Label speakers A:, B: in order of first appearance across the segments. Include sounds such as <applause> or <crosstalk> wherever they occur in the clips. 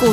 A: 股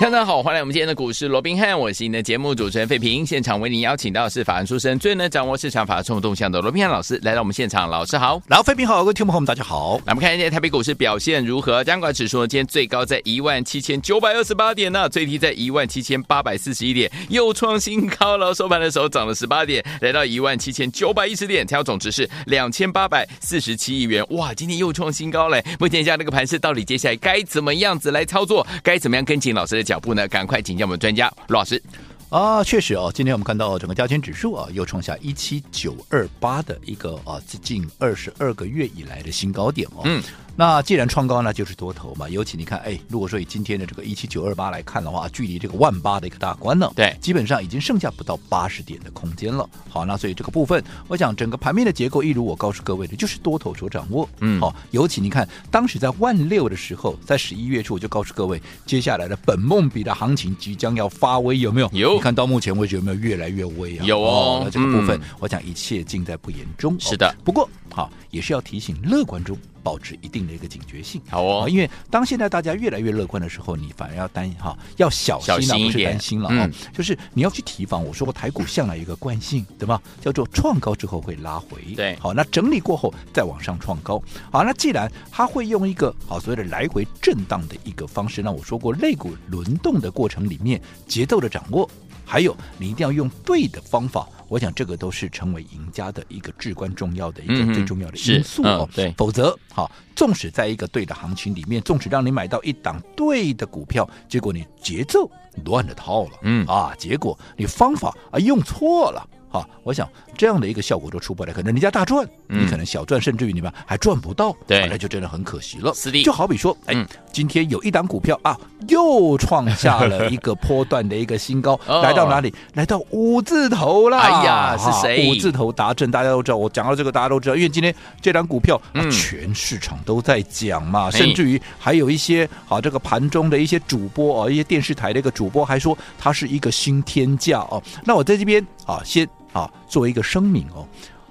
B: 大家好，欢迎来我们今天的股市罗宾汉，我是您的节目主持人费平。现场为您邀请到的是法案出身、最能掌握市场法冲动向的罗宾汉老师来到我们现场。老师好，
C: 然后，飞平好，各位听众朋友们，大家好。
B: 那我们看一下台北股市表现如何？加管指数呢，今天最高在一万七千九百二十八点呢、最低在一万七千八百四十一点，又创新高了。收盘的时候涨了十八点，来到一万七千九百一十点，调总值是两千八百四十七亿元。哇，今天又创新高嘞！目前一下这个盘势到底接下来该怎么样子来操作？该怎么样跟紧老师的脚步呢？赶快请教我们专家罗老师。
C: 啊，确实哦，今天我们看到整个加权指数啊，又创下一七九二八的一个啊，接近二十二个月以来的新高点哦。
B: 嗯，
C: 那既然创高呢，就是多头嘛。尤其你看，哎，如果说以今天的这个一七九二八来看的话，距离这个万八的一个大关呢，
B: 对
C: 基本上已经剩下不到八十点的空间了。好，那所以这个部分，我想整个盘面的结构，一如我告诉各位的，就是多头所掌握。
B: 嗯
C: 好、尤其你看，当时在万六的时候，在十一月初我就告诉各位，接下来的本梦比的行情即将要发威，有没有？
B: 有
C: 你看到目前为止有没有越来越威啊？
B: 有哦
C: 那这个部分，
B: 嗯
C: 我想一切尽在不言中。
B: 是的
C: 哦不过好，也是要提醒乐观中保持一定的一个警觉性。
B: 好哦
C: 因为当现在大家越来越乐观的时候，你反而要担哈，要小心啊，
B: 小心一
C: 不是
B: 点
C: 担心了、
B: 嗯
C: 哦，就是你要去提防。我说过台股向来有一个惯性，对吧？叫做创高之后会拉回，
B: 对
C: 好，那整理过后再往上创高。好，那既然它会用一个好所谓的来回震荡的一个方式，那我说过肋骨轮动的过程里面节奏的掌握，还有你一定要用对的方法。我想这个都是成为赢家的一个至关重要的一
B: 嗯
C: 个
B: 嗯
C: 最重要的
B: 是
C: 因素哦
B: 嗯。对
C: 否则好，纵使在一个对的行情里面，纵使让你买到一档对的股票，结果你节奏乱了套了，
B: 嗯
C: 啊，结果你方法啊用错了。好，我想这样的一个效果都出不来，可能人家大赚，
B: 嗯
C: 你可能小赚，甚至于你们还赚不到，
B: 对
C: 啊那就真的很可惜了。
B: 是的
C: 就好比说，哎，
B: 嗯
C: 今天有一档股票啊，又创下了一个波段的一个新高，
B: <laughs> 哦
C: 来到哪里？来到五字头啦！
B: 哎呀是
C: 啊
B: 谁
C: 五字头达阵，大家都知道。我讲到这个，大家都知道，因为今天这张股票，啊
B: 嗯
C: 全市场都在讲嘛，
B: 嘿
C: 甚至于还有一些啊，这个盘中的一些主播啊，一些电视台的一个主播还说它是一个新天价哦。那我在这边啊，先啊做一个声明哦，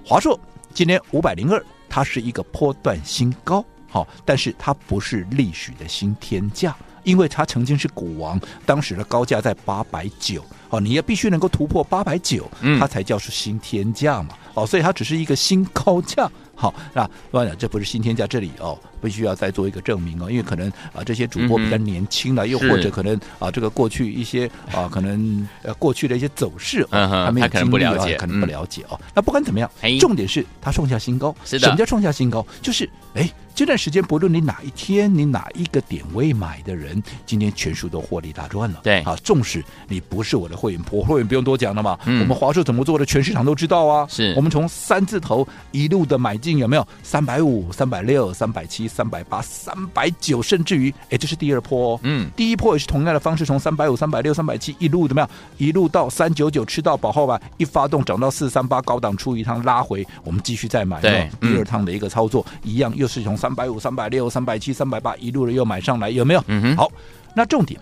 C: 华硕今天五百零二，它是一个波段新高，好、但是它不是历史的新天价，因为它曾经是股王，当时的高价在八百九，哦，你也必须能够突破八百九，
B: 嗯
C: 它才叫是新天价嘛，哦，所以它只是一个新高价。好，那当然这不是新天价，这里哦必须要再做一个证明哦，因为可能啊这些主播比较
B: 嗯
C: 年轻了，又
B: 是
C: 或者可能啊这个过去一些啊可能呃过去的一些走势、哦，
B: 嗯哼
C: 还没有
B: 他可能不
C: 经历啊
B: 了解
C: 可能不
B: 嗯
C: 了解哦。那不管怎么样
B: 嘿，
C: 重点是它创下新高。
B: 哎是的
C: 什么叫创下新高？就是哎，这段时间不论你哪一天、你哪一个点位买的人，今天全数都获利大赚了。
B: 对
C: 啊，纵使你不是我的会员，我会员不用多讲了嘛。
B: 嗯
C: 我们华硕怎么做的，全市场都知道啊。
B: 是
C: 我们从三字头一路的买进，有没有？三百五、三百六、三百七、三百八、三百九，甚至于哎，这是第二波哦。
B: 嗯
C: 第一波也是同样的方式，从三百五、三百六、三百七一路怎么样，一路到三九九吃到饱后吧，一发动涨到四三八，高档出一趟拉回，我们继续再买。
B: 对
C: 有没有
B: 嗯
C: 第二趟的一个操作一样，又是从三百五、三百六、三百七、三百八一路的又买上来，有没有？
B: 嗯哼
C: 好，那重点，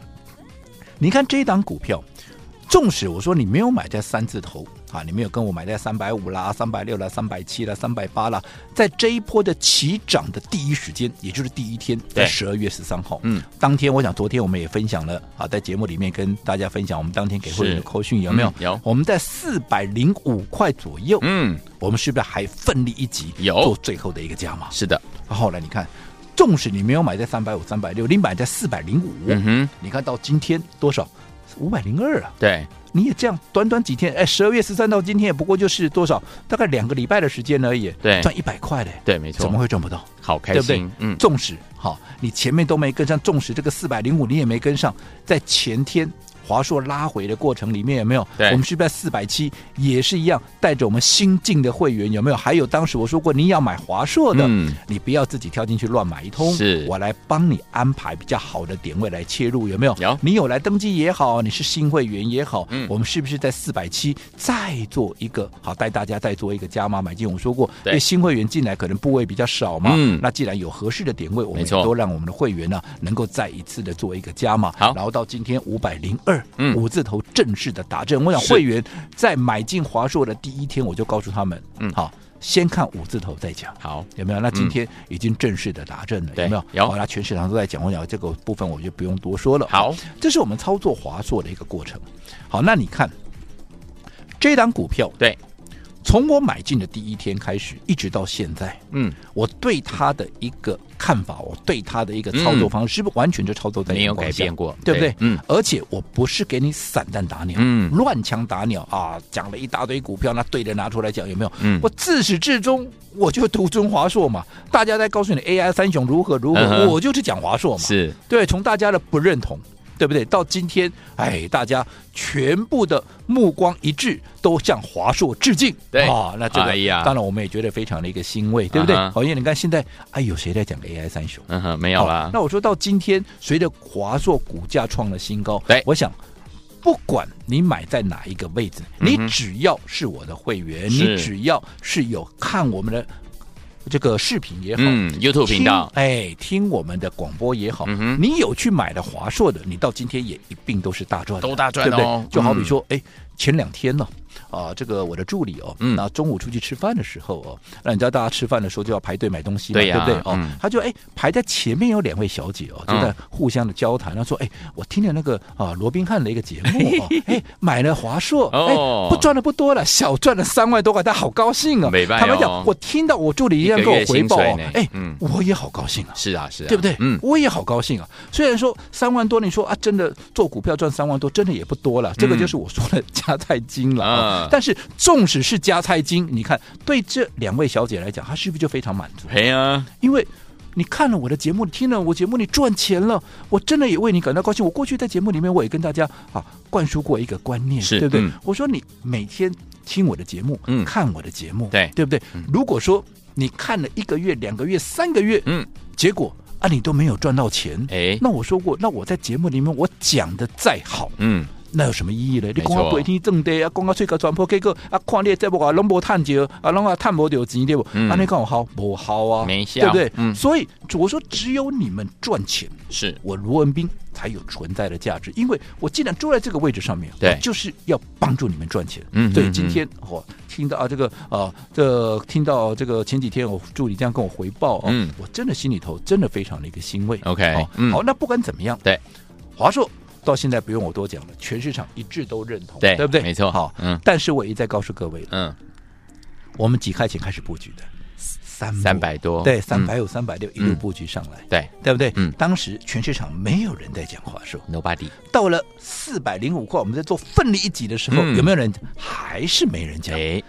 C: 你看这一档股票，纵使我说你没有买在三字头啊，你没有跟我买在三百五啦、三百六啦、三百七啦、三百八啦，在这一波的起涨的第一时间，也就是第一天，
B: 对
C: 在十二月十三号，
B: 嗯，
C: 当天我想昨天我们也分享了啊，在节目里面跟大家分享我们当天给会员的
B: 是
C: 扣讯有没有
B: 嗯？有
C: 我们在四百零五块左右，
B: 嗯，
C: 我们是不是还奋力一击，
B: 有
C: 做最后的一个加码？
B: 是的，
C: 后来你看，纵使你没有买在三百五、三百六，你买在四百零五，
B: 嗯哼，
C: 你看到今天多少？五百零二啊！
B: 对，
C: 你也这样短短几天，哎，十二月十三到今天也不过就是多少，大概两个礼拜的时间而已，
B: 对
C: 赚一百块嘞，
B: 对，没错，
C: 怎么会赚不到？
B: 好开
C: 对
B: 心？
C: 不对？
B: 嗯，
C: 纵使好，你前面都没跟上，纵使这个四百零五你也没跟上，在前天华硕拉回的过程里面有没有？
B: 对
C: 我们是不是在四百七也是一样，带着我们新进的会员有没有？还有当时我说过，你要买华硕的，
B: 嗯
C: 你不要自己跳进去乱买一通，
B: 是
C: 我来帮你安排比较好的点位来切入，有没有？
B: 有
C: 你有来登记也好，你是新会员也好，
B: 嗯
C: 我们是不是在四百七再做一个好带大家再做一个加码买进？我说过，
B: 对
C: 因为新会员进来可能部位比较少嘛，
B: 嗯
C: 那既然有合适的点位，我们
B: 没
C: 也
B: 错
C: 都让我们的会员呢、能够再一次的做一个加码，
B: 好
C: 然后到今天五百零二
B: 嗯，
C: 五字头正式的打正。我想
B: 是
C: 会员在买进华硕的第一天，我就告诉他们，
B: 嗯
C: 好，先看五字头再讲。
B: 好，
C: 有没有？那今天已经正式的达阵了，
B: 嗯对
C: 有没有？
B: 有
C: 好那全市场都在讲，我讲这个部分我就不用多说了。
B: 好，
C: 这是我们操作华硕的一个过程。好，那你看这档股票，
B: 对，
C: 从我买进的第一天开始，一直到现在，
B: 嗯，
C: 我对它的一个看法，我对它的一个操作方式，是不是完全就操作
B: 嗯
C: 在
B: 没有
C: 阳光
B: 改
C: 下
B: 变过
C: 哎对不
B: 对
C: 对？
B: 嗯，
C: 而且我不是给你散弹打鸟，
B: 嗯
C: 乱枪打鸟啊，讲了一大堆股票，那对着拿出来讲，有没有？
B: 嗯
C: 我自始至终我就独尊华硕嘛，大家在告诉你 AI 三雄如何如何，
B: 嗯哼
C: 我就是讲华硕嘛，
B: 是，
C: 对，从大家的不认同，对不对？到今天，哎，大家全部的目光一致，都向华硕致敬。
B: 对
C: 啊，那这个、
B: 哎呀
C: 当然我们也觉得非常的一个欣慰，对不对？哦
B: 嗯哼
C: 好、因为你看现在，哎，有谁在讲 AI 三雄？
B: 嗯哼，没有啦
C: 好，那我说到今天，随着华硕股价创了新高，
B: 对
C: 我想。不管你买在哪一个位置，你
B: 嗯哼
C: 只要是我的会员，
B: 是
C: 你只要是有看我们的这个视频也好，
B: 嗯，YouTube 频道
C: 听，哎，听我们的广播也好，
B: 嗯哼
C: 你有去买的华硕的，你到今天也一并都是大赚的，
B: 都大赚
C: 对不对
B: 哦
C: 就好比说，哎、前两天呢、啊，这个我的助理哦，
B: 嗯
C: 那中午出去吃饭的时候哦，那你知道大家吃饭的时候就要排队买东西嘛，
B: 对呀
C: 不对？哦，
B: 嗯
C: 他就哎排在前面有两位小姐哦，就在互相的交谈，他说哎，我听了那个啊罗宾汉的一个节目
B: <laughs>
C: 哦，哎买了华硕，
B: 哦
C: 哎不赚的不多了，小赚了三万多块，他好高兴哦。
B: 没办法
C: 坦白
B: 哦
C: 讲，我听到我助理一样
B: 一
C: 给
B: 个
C: 我
B: 月
C: 回
B: 薪
C: 报
B: 水
C: 哦
B: 呢，
C: 哎
B: 嗯，
C: 我也好高兴啊。
B: 是啊，是啊，
C: 对不对？
B: 嗯，
C: 我也好高兴啊。虽然说三万多，你说啊，真的做股票赚三万多，真的也不多了。这个就是我说的加菜金了、啊。
B: 嗯
C: 但是纵使是加菜金，你看对这两位小姐来讲，她是不是就非常满足？
B: 嘿啊呀，
C: 因为你看了我的节目，你听了我节目，你赚钱了，我真的也为你感到高兴。我过去在节目里面，我也跟大家啊灌输过一个观念，
B: 是
C: 对不对？
B: 嗯
C: 我说你每天听我的节目，
B: 嗯
C: 看我的节目，
B: 对
C: 对不对？如果说你看了一个月、两个月、三个月，
B: 嗯，
C: 结果啊你都没有赚到钱，
B: 哎，
C: 那我说过，那我在节目里面我讲的再好，
B: 嗯，
C: 那有什么意义呢？你
B: 错
C: 讲啊，不会天正地啊，讲啊，吹个传播结果啊，看你这不啊，拢无探究啊，拢啊探无到钱对不？
B: 嗯
C: 啊，你讲好无好啊？
B: 没效
C: 对不对？
B: 嗯
C: 所以我说，只有你们赚钱，
B: 是，
C: 我罗文斌才有存在的价值，因为我既然坐在这个位置上面，
B: 对
C: 我就是要帮助你们赚钱。
B: 嗯
C: 所
B: 嗯
C: 以
B: 嗯
C: 今天我、听到啊这个啊这听到这个前几天我助理这样跟我回报、哦，
B: 嗯
C: 我真的心里头真的非常的一个欣慰。
B: OK，
C: 好、
B: 嗯
C: 好，那不管怎么样，
B: 对，
C: 华硕。到现在不用我多讲了，全市场一致都认同，
B: 对
C: 不对？
B: 没错
C: 好，
B: 嗯
C: 但是我一再告诉各位了，
B: 嗯，
C: 我们几块钱开始布局的，三
B: 三百多，
C: 对，三
B: 嗯
C: 百五、三百六一路
B: 嗯
C: 布局上来，
B: 对
C: 对不对？
B: 嗯
C: 当时全市场没有人在讲华硕，
B: ，Nobody，
C: 到了四百零五块，我们在做奋力一击的时候，
B: 嗯
C: 有没有人？还是没人讲。
B: 哎，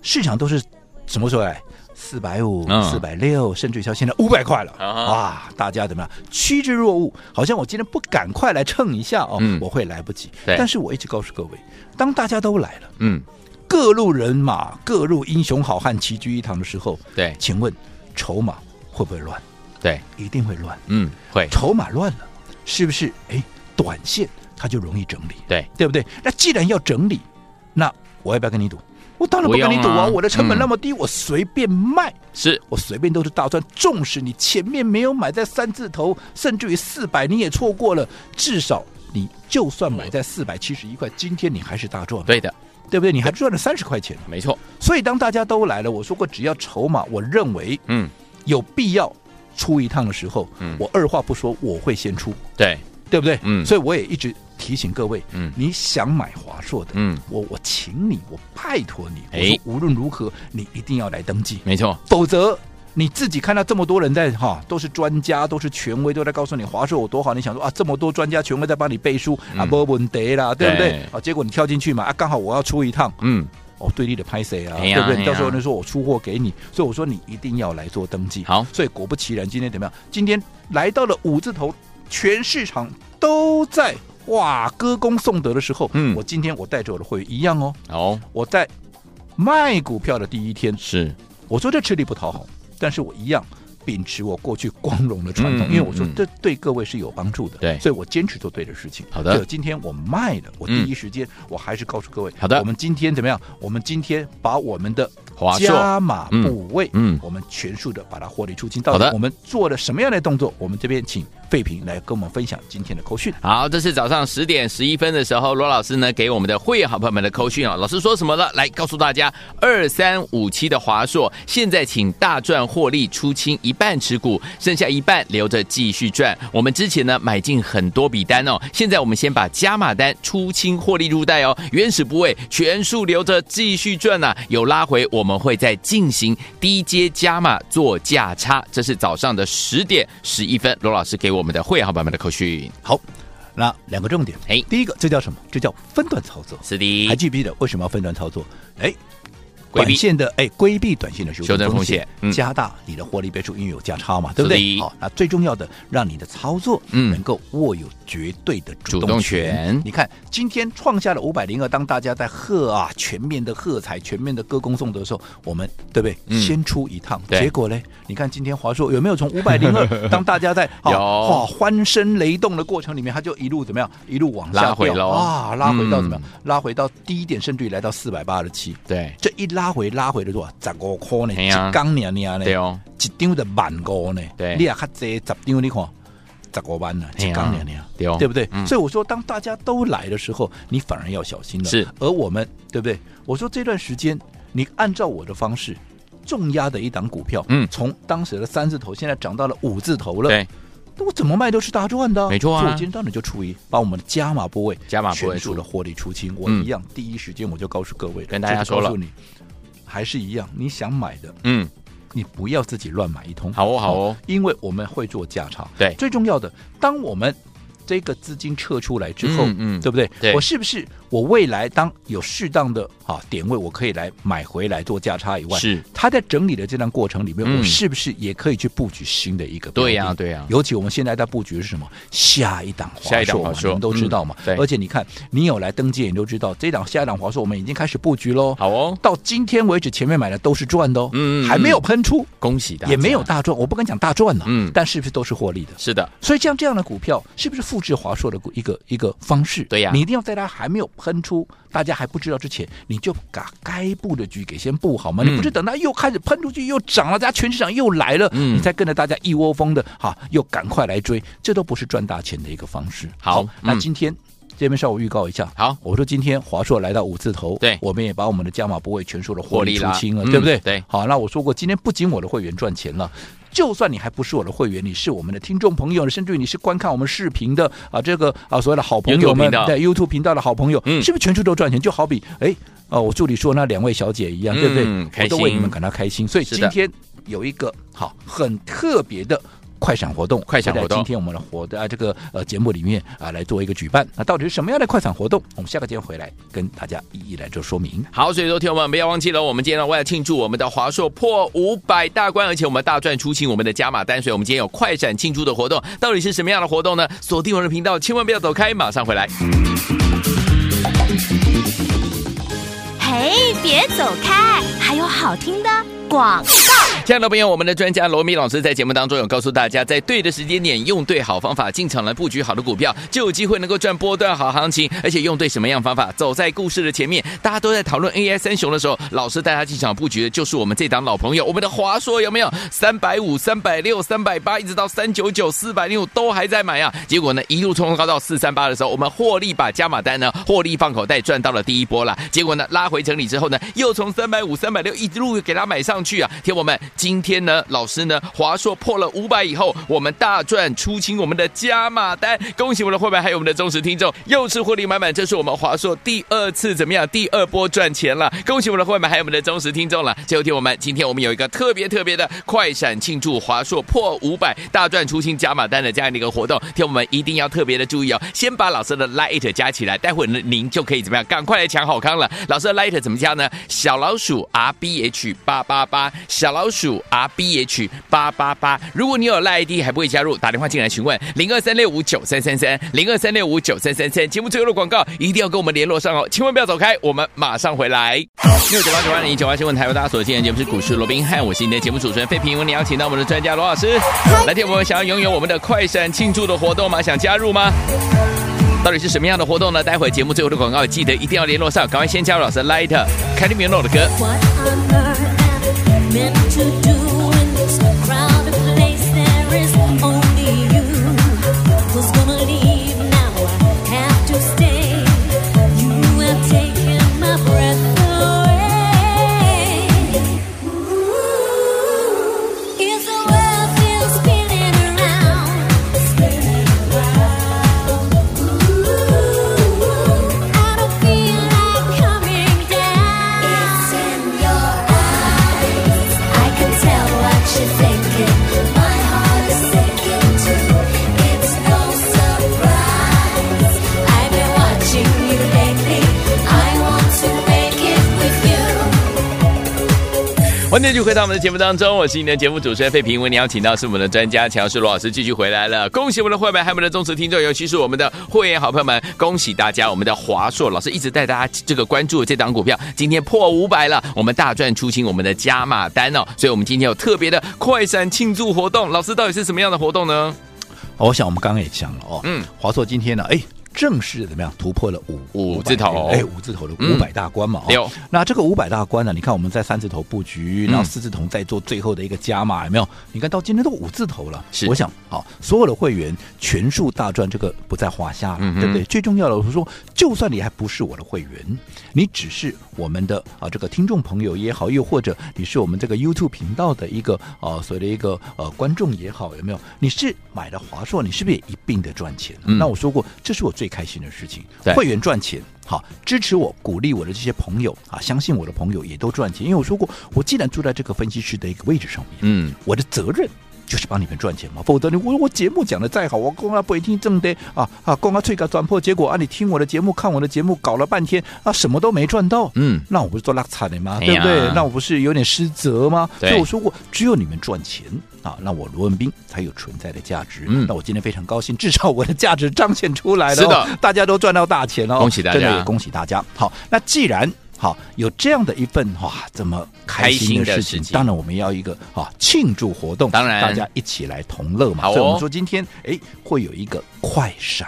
C: 市场都是什么时候来？四百五、
B: 嗯
C: 四百六，甚至于到现在五百块了，
B: 啊哈
C: 哇！大家怎么样？趋之若鹜，好像我今天不赶快来蹭一下哦，
B: 嗯
C: 我会来不及。
B: 对
C: 但是我一直告诉各位，当大家都来了，
B: 嗯，
C: 各路人马、各路英雄好汉齐聚一堂的时候，
B: 对
C: 请问筹码会不会乱？
B: 对，
C: 一定会乱。
B: 嗯，会，
C: 筹码乱了，是不是？哎，短线它就容易整理，
B: 对，
C: 对不对？那既然要整理，那我要不要跟你赌？我当然不跟你赌
B: 不用
C: 啊！
B: 啊
C: 我的成本
B: 嗯
C: 那么低，我随便卖，
B: 是，
C: 我随便都是大赚。纵使你前面没有买在三字头，甚至于四百，你也错过了，至少你就算买在四百七十一块，今天你还是大赚，
B: 嗯对的，
C: 对不对？你还赚了三十块钱。
B: 没错，
C: 所以当大家都来了，我说过，只要筹码，我认为
B: 嗯，
C: 有必要出一趟的时候，
B: 嗯
C: 我二话不说，我会先出。
B: 对，
C: 对不对？
B: 嗯
C: 所以我也一直提醒各位，
B: 嗯
C: 你想买华硕的，
B: 嗯，
C: 我我请你，我拜托你，
B: 哎
C: 我说无论如何，你一定要来登记，
B: 没错，
C: 否则。你自己看到这么多人在哈，都是专家，都是权威，都在告诉你华硕有多好。你想说啊，这么多专家权威在帮你背书、啊，
B: 嗯
C: 不问题啦，对不对？
B: 对
C: 啊，结果你跳进去嘛，啊，刚好我要出一趟，
B: 嗯，
C: 哦，对立的拍谁啊？
B: 哎呀
C: 对不对？你
B: 哎呀
C: 到时候人说我出货给你，所以我说你一定要来做登记。
B: 好
C: 所以果不其然，今天怎么样？今天来到了五字头，全市场都在哇歌功颂德的时候，
B: 嗯
C: 我今天我带着我的会员一样哦，
B: 哦，
C: 我在卖股票的第一天，
B: 是，
C: 我说这吃力不讨好，但是我一样秉持我过去光荣的传统，
B: 嗯
C: 因为我说
B: 嗯嗯
C: 这对各位是有帮助的，
B: 对
C: 所以我坚持做对的事情。
B: 好的嗯
C: 所以今天我卖了，我第一时间、我还是告诉各位，
B: 好的
C: 我们今天怎么样？我们今天把我们的
B: 华硕
C: 加码部位，
B: 嗯嗯
C: 我们全数的把它获利出清。到
B: 好
C: 底
B: 的
C: 我们做了什么样的动作？我们这边请费平来跟我们分享今天的扣讯。
B: 好，这是早上十点十一分的时候，罗老师呢给我们的会员好朋友们的扣讯啊，老师说什么了？来告诉大家，二三五七的华硕现在请大赚获利出清一半持股，剩下一半留着继续赚。我们之前呢买进很多笔单哦，现在我们先把加码单出清获利入袋哦，原始部位全数留着继续赚呐、有拉回我们会再进行低阶加码做价差。这是早上的十点十一分，罗老师给我们的会员好朋友们的扣讯。
C: 好，那两个重点，
B: 哎
C: 第一个这叫什么？这叫分段操作。
B: 是的
C: 还，记不记得为什么要分段操作？哎，
B: 规避
C: 短线的哎，规避短线的
B: 修
C: 修
B: 正
C: 正
B: 风
C: 风
B: 险
C: 险，
B: 嗯
C: 加大你的获利倍数，因为有价差嘛，对不
B: 是
C: 对？
B: 的
C: 好，那最重要的，让你的操作
B: 嗯
C: 能够握有绝对的主
B: 主
C: 动
B: 动
C: 权。
B: 权
C: 你看，今天创下了五百零二，当大家在喝啊，全面的喝彩，全面的歌功颂德的时候，我们对不对？
B: 嗯
C: 先出一趟，
B: 对
C: 结果嘞，你看今天华硕有没有从五百零
B: <laughs>
C: 二，当大家在啊
B: 有
C: 哇欢声雷动的过程里面，它就一路怎么样，一路往
B: 拉
C: 下
B: 回
C: 掉
B: 喽
C: 啊，拉回到怎么样
B: 嗯？
C: 拉回到低点，甚至于来到四百八十七。
B: 对
C: 这一拉回拉回的多少？十五块呢，
B: 哎
C: 一
B: 呀
C: 缸年年呢，
B: 对哦，
C: 一张的万五呢，
B: 对
C: 你也较济，十张你看十五万呢，啊
B: 哎呀
C: 一缸年年。
B: 对哦，
C: 对不对？
B: 嗯
C: 所以我说，当大家都来的时候，你反而要小心了。
B: 是，
C: 而我们对不对？我说这段时间，你按照我的方式重压的一档股票，
B: 嗯
C: 从当时的三字头，现在涨到了五字头了。
B: 对，
C: 那我怎么卖都是大赚的啊、
B: 没错啊
C: 所以我今天当然就出一，把我们的加码部位、
B: 加码部位
C: 全数
B: 出
C: 的获利出清，我
B: 嗯
C: 一样第一时间我就告诉各位了，
B: 跟大家
C: 就是告
B: 说了
C: 诉你还是一样，你想买的，
B: 嗯，
C: 你不要自己乱买一通。
B: 好哦，好哦，
C: 因为我们会做价差。
B: 对
C: 最重要的，当我们这个资金撤出来之后，
B: 嗯嗯
C: 对不对？
B: 对
C: 我是不是我未来当有适当的啊点位，我可以来买回来做价差以外，
B: 是
C: 它在整理的这段过程里面，
B: 嗯
C: 我是不是也可以去布局新的一个标的？
B: 对呀对呀
C: 尤其我们现在在布局的是什么？下一档华硕嘛，
B: 下一档华硕
C: 你们都知道嘛
B: 嗯。对
C: 而且你看，你有来登记，你都知道这档下一档华硕，我们已经开始布局喽。
B: 好哦，
C: 到今天为止，前面买的都是赚的哦，
B: 嗯嗯嗯
C: 还没有喷出，
B: 恭喜大家，
C: 也没有大赚，我不敢讲大赚呢、
B: 嗯
C: 但是不是都是获利的？
B: 是的，
C: 所以像这样的股票，是不是复制华硕的股一个一个方式？
B: 对呀
C: 你一定要在它还没有喷出，大家还不知道之前，你就把该布的局给先布好吗？
B: 嗯
C: 你不是等它又开始喷出去又涨了，大家全市场又来了，
B: 嗯
C: 你再跟着大家一窝蜂的哈、又赶快来追，这都不是赚大钱的一个方式。
B: 好嗯
C: 那今天。这边稍微预告一下，
B: 好
C: 我说今天华硕来到五字头，
B: 对
C: 我们也把我们的加码部位全数的获
B: 获利
C: 利出
B: 啦
C: 清了，
B: 嗯
C: 对不对？
B: 对
C: 好，那我说过，今天不仅我的会员赚钱了。就算你还不是我的会员，你是我们的听众朋友，甚至于你是观看我们视频的啊，这个啊所谓的好朋友
B: YouTube 频
C: 们
B: 道
C: 在 YouTube 频道的好朋友，
B: 嗯
C: 是不是全数都赚钱？就好比哎哦，我助理说那两位小姐一样，
B: 嗯
C: 对不
B: 开心
C: 对？我都为你们感到开心。所以
B: 是
C: 今
B: 的
C: 天有一个好很特别的。快闪活动，
B: 快闪活动
C: 会在今天我们的活的啊这个呃节目里面啊来做一个举办，那到底是什么样的快闪活动？我们下个节目回来跟大家一一来做说明。
B: 好，所以说，听友们不要忘记了，我们今天呢为了庆祝我们的华硕破五百大关，而且我们大赚出清我们的加码单，所以我们今天有快闪庆祝的活动，到底是什么样的活动呢？锁定我们的频道，千万不要走开，马上回来。
A: 嘿，别走开，还有好听的广。
B: <laughs> 亲爱的朋友，我们的专家罗米老师在节目当中有告诉大家，在对的时间点，用对好方法进场来布局好的股票，就有机会能够赚波段好行情。而且用对什么样方法，走在故事的前面。大家都在讨论 AI 三雄的时候，老师带他进场布局的就是我们这档老朋友，我们的华硕有没有？三百五、三百六、三百八，一直到三九九、四百六都还在买啊。结果呢，一路冲高到四三八的时候，我们获利把加码单呢获利放口袋，赚到了第一波啦。结果呢，拉回整理之后呢，又从三百五、三百六一路给它买上去啊。天我们，今天呢，老师呢，华硕破了五百以后，我们大赚出清我们的加码单，恭喜我们的会员还有我们的忠实听众，又是获利满满，这是我们华硕第二次怎么样？第二波赚钱了，恭喜我们的会员还有我们的忠实听众了。最后天我们，今天我们有一个特别特别的快闪庆祝华硕破五百大赚出清加码单的这样的一个活动，天我们一定要特别的注意哦，先把老师的 Light 加起来，待会呢您就可以怎么样？赶快来抢好康了。老师的 Light 怎么加呢？小老鼠 R B H 八八八。八，小老鼠 R B H 八八八。如果你有赖 ID 还不会加入，打电话进来询问零二三六五九三三三零二三六五九三三三。节目最后的广告一定要跟我们联络上哦，千万不要走开，我们马上回来。六九八九八零九八新闻台为大家所见的节目是股市罗宾汉，我是你的节目主持人费平，我们邀请到我们的专家罗老师。来天我们想要拥有我们的快闪庆祝的活动吗？想加入吗？到底是什么样的活动呢？待会节目最后的广告，记得一定要联络上，赶快先加入老师 Light，凯利米诺的歌。
D: What on earth am I meant to do in this crowded place? There is only you. Who's gonna leave now? I have to stay. You have taken my breath away. Ooh, is the world still spinning around? Spinning around. I don't feel like coming down. It's in your eyes. I can tell what you're thinking. My heart is sinking too. It's no surprise. I've been watching you lately. I want to make it with you.
B: 欢迎继续回到我们的节目当中，我是你的节目主持人费平。为你邀请到是我们的专家乔世罗老师继续回来了，恭喜我们的会员还有我们的忠实听众，尤其是我们的会员好朋友们，恭喜大家！我们的华硕老师一直带大家这个关注的这档股票，今天破五百了，我们大赚出清我们的加码单哦，所以我们今天有特别的快闪庆祝活动，老师到底是什么样的活动呢？
C: 我哦想我们刚刚也讲了哦，
B: 嗯
C: 嗯，华硕今天呢，哎。正式怎么样突破了五
B: 五字头
C: 哎，五字头的
B: 嗯
C: 五百大关嘛、哦
B: 有
C: 那这个五百大关呢？你看我们在三字头布局，然后
B: 嗯
C: 四字头再做最后的一个加码，有没有？你看到今天都五字头了，
B: 是
C: 我想好，所有的会员全数大赚，这个不在话下了，
B: 嗯哼
C: 对不对？最重要的我是说，就算你还不是我的会员，你只是我们的啊这个听众朋友也好，又或者你是我们这个 YouTube 频道的一个呃所谓的一个呃观众也好，有没有？你是买了华硕，你是不是也一并的赚钱啊、
B: 嗯
C: 那我说过，这是我最开心的事情
B: 对，
C: 会员赚钱。好，支持我、鼓励我的这些朋友啊，相信我的朋友也都赚钱，因为我说过，我既然坐在这个分析师的一个位置上面，
B: 嗯，
C: 我的责任就是帮你们赚钱嘛，否则你我我节目讲的再好，我公啊不一定正的啊啊，公啊最高转破，结果啊你听我的节目看我的节目搞了半天啊什么都没赚到，
B: 嗯
C: 那我不是做拉惨的吗？
B: 哎
C: 对
B: 呀
C: 不对？那我不是有点失责吗？
B: 对
C: 所以我说过，只有你们赚钱啊，那我罗文斌才有存在的价值。
B: 嗯
C: 那我今天非常高兴，至少我的价值彰显出来了、哦
B: 是的，
C: 大家都赚到大钱了、哦，
B: 恭喜大家
C: 真的也恭喜大家。好，那既然好有这样的一份哇这么开心
B: 开心的
C: 的事
B: 事
C: 情，
B: 情
C: 当然我们要一个啊庆祝活动，
B: 当然
C: 大家一起来同乐嘛。
B: 好哦
C: 所以我们说今天哎会有一个快闪。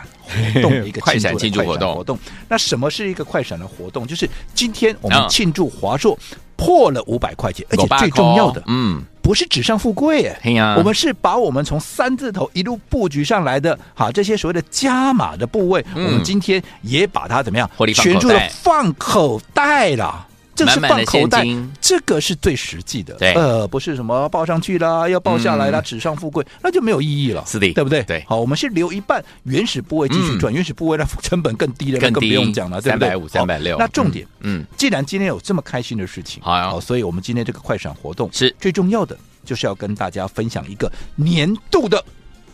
C: 活动
B: <laughs>
C: 的一个
B: 快闪庆
C: 庆
B: 祝
C: 祝的
B: 活动
C: 活动。那什么是一个快闪的活动？就是今天我们
B: 嗯
C: 庆祝华硕破了五百块钱，而且
B: 狗爸
C: 最
B: 扣
C: 重要的
B: 嗯，
C: 不是纸上富贵耶，
B: 嘿呀
C: 我们是把我们从三字头一路布局上来的，哈，这些所谓的加码的部位，
B: 嗯
C: 我们今天也把它怎么样
B: 获利，放口
C: 全
B: 袋
C: 数的放口袋了。这个是
B: 满满的
C: 放口袋
B: 现金，
C: 这个是最实际的。
B: 对
C: 呃，不是什么报上去啦，要报下来啦，
B: 嗯
C: 纸上富贵，那就没有意义了，
B: 是的
C: 对不对？
B: 对嗯
C: 好，我们是留一半原始部位继续赚，原始部位那成本更低的，那
B: 更
C: 更不
B: 低
C: 用讲了，对不对？
B: 350
C: 好
B: 360
C: 那重点，
B: 嗯嗯
C: 既然今天有这么开心的事情，
B: 好呀
C: 所以我们今天这个快闪活动
B: 是
C: 最重要的，就是要跟大家分享一个年度的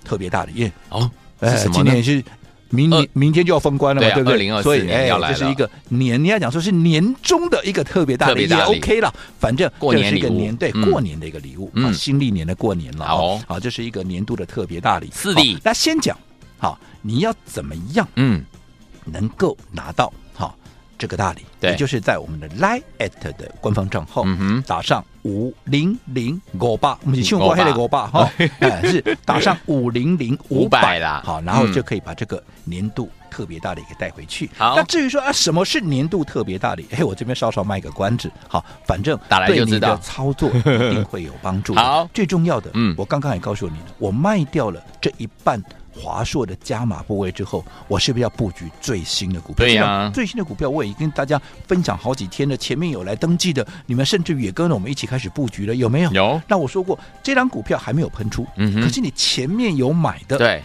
C: 特别大的耶，
B: 哦，是
C: 哎
B: 什么
C: 今
B: 呢
C: 年？也是明
B: 二
C: 年明天就要封关了嘛，
B: 对啊
C: 对不对？
B: 2024
C: 所以哎
B: 年要来了
C: 这是一个年，你要讲说是年终的一个特别大
B: 特
C: 的
B: 别
C: 也
B: 大的礼
C: OK 了，反正
B: 过年
C: 这是一个
B: 礼物
C: 年对
B: 嗯
C: 过年的一个礼物，
B: 嗯
C: 啊，新历年的过年了
B: 好哦
C: 哦，好，这是一个年度的特别大礼，
B: 是的
C: 好那先讲好，你要怎么样
B: 嗯，
C: 能够拿到好这个大礼，
B: 对
C: 也就是在我们的 Line at 的官方账号，
B: 嗯哼
C: 打上五零零五八，我们用过黑的五八哈，哎是打上五零零五
B: 500
C: 百
B: 啦
C: 好，然后
B: 嗯
C: 就可以把这个年度特别大礼给带回去。
B: 好
C: 那至于说啊什么是年度特别大礼，哎，我这边稍稍卖个关子，好，反正
B: 打来就
C: 对你
B: 知道
C: 的操作一定会有帮助的。
B: <laughs> 好
C: 最重要的，
B: 嗯
C: 我刚刚也告诉你了，我卖掉了这一半。华硕的加码部位之后，我是不是要布局最新的股票？
B: 对呀
C: 最新的股票我已经跟大家分享好几天了，前面有来登记的，你们甚至于也跟着我们一起开始布局了，有没有？
B: 有
C: 那我说过，这张股票还没有喷出，
B: 嗯哼
C: 可是你前面有买的，，
B: 对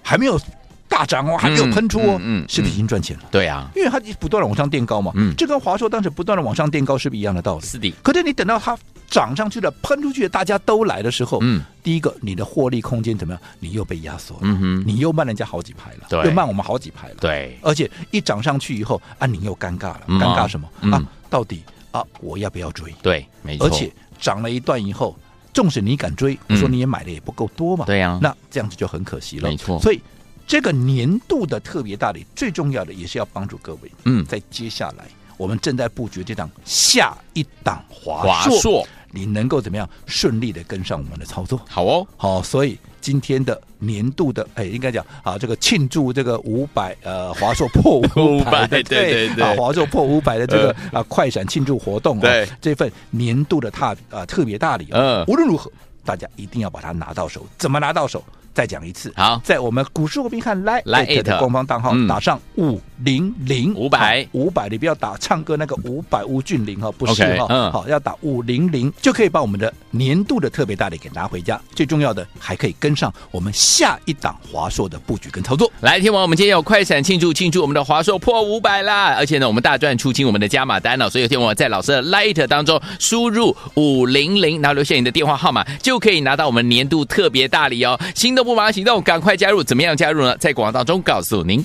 C: 还没有大涨哦，还没有喷出哦，
B: 嗯嗯嗯
C: 是不是已经赚钱了？
B: 对啊，
C: 因为它不断的往上垫高嘛，
B: 嗯
C: 这跟华硕当时不断的往上垫高是不是一样的道理？
B: 是的，
C: 可是你等到它涨上去了，喷出去了，大家都来的时候，
B: 嗯，
C: 第一个你的获利空间怎么样？你又被压缩了，
B: 嗯哼
C: 你又慢人家好几拍了，
B: 对
C: 又慢我们好几拍了，
B: 对，
C: 而且一涨上去以后啊，你又尴尬了，
B: 嗯
C: 尴
B: 啊
C: 尬什么、
B: 嗯
C: 啊？到底啊，我要不要追？
B: 对，没错，
C: 而且涨了一段以后，纵使你敢追，我说
B: 嗯
C: 你也买的也不够多嘛。
B: 对呀
C: 那这样子就很可惜了。
B: 没错
C: 所以这个年度的特别大礼，最重要的也是要帮助各位，
B: 嗯
C: 在接下来我们正在布局这档下一档华
B: 华
C: 硕，
B: 硕
C: 你能够怎么样顺利的跟上我们的操作？
B: 好哦，
C: 好、所以今天的年度的，哎，应该讲啊，这个庆祝这个五百呃华硕破五
B: 500
C: 百
B: 对
C: 的
B: 对对嗯
C: 啊华硕破五百的这个啊快闪庆祝活动啊
B: 对
C: 这份年度的大啊特别大礼啊，
B: 嗯
C: 无论如何大家一定要把它拿到手，怎么拿到手？再讲一次，
B: 好
C: 在我们股市罗宾汉 Line
B: Line
C: 的哎官方账号
B: 嗯
C: 打上五零零
B: 500
C: 五百，你不要打唱歌那个五百吴俊霖哈，不是
B: OK，
C: 哈，
B: 嗯
C: 好。好，要打五零零就可以把我们的年度的特别大礼给拿回家。最重要的还可以跟上我们下一档华硕的布局跟操作。
B: 来，天王，我们今天有快闪庆祝庆祝我们的华硕破五百啦！而且呢，我们大赚出清我们的加码单了、所以天王在老师的 Light 当中输入五零零，然后留下你的电话号码，就可以拿到我们年度特别大礼哦！心动不马上行动，赶快加入！怎么样加入呢？在广告当中告诉您。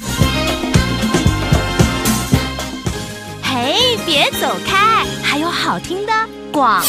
A: 嘿，别走开，还有好听的广。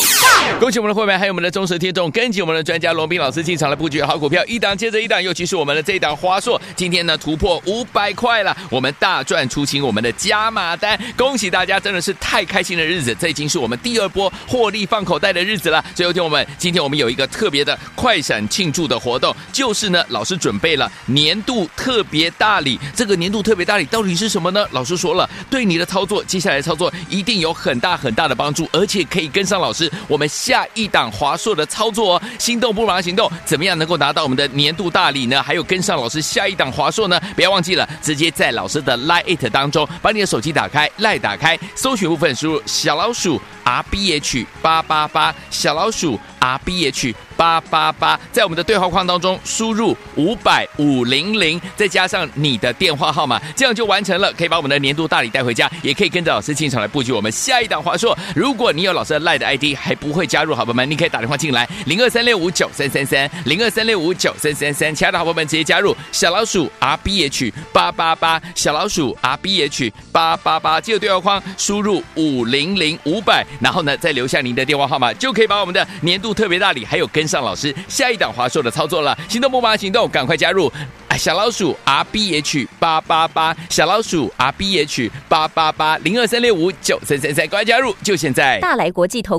B: 恭喜我们的会员，还有我们的忠实听众，跟紧我们的专家罗斌老师进场来布局好股票，一档接着一档，尤其是我们的这一档华硕，今天呢突破五百块了，我们大赚出清我们的加码单，恭喜大家，真的是太开心的日子，这已经是我们第二波获利放口袋的日子了。所以，有听我们今天我们有一个特别的快闪庆祝的活动，就是呢老师准备了年度特别大礼，这个年度特别大礼到底是什么呢？老师说了，对你的操作，接下来的操作一定有很大很大的帮助，而且可以跟上老师我们下一档华硕的操作哦。心动不如马上行动，怎么样能够拿到我们的年度大礼呢？还有跟上老师下一档华硕呢？不要忘记了，直接在老师的 Line It 当中，把你的手机打开，Line 打开，搜寻部分输入小老鼠 R B H 八八八，小老鼠 R B H 八八八，在我们的对话框当中输入五百五零零，再加上你的电话号码，这样就完成了，可以把我们的年度大礼带回家，也可以跟着老师进场来布局我们下一档华硕。如果你有老师的 Line 的 ID 还不会加入，好朋友们，你可以打电话进来零二三六五九三三三零二三六五九三三三，其他的好朋友们直接加入小老鼠 R B H 八八八，小老鼠 R B H 八八八，记得对话框输入五零零五百，然后呢再留下您的电话号码，就可以把我们的年度特别大礼还有跟上老师下一档华硕的操作了。行动不马行动，赶快加入啊小老鼠 R B H 八八八，小老鼠 R B H 八八八零二三六五九三三三，赶快加入，就现在。
E: 大来国际投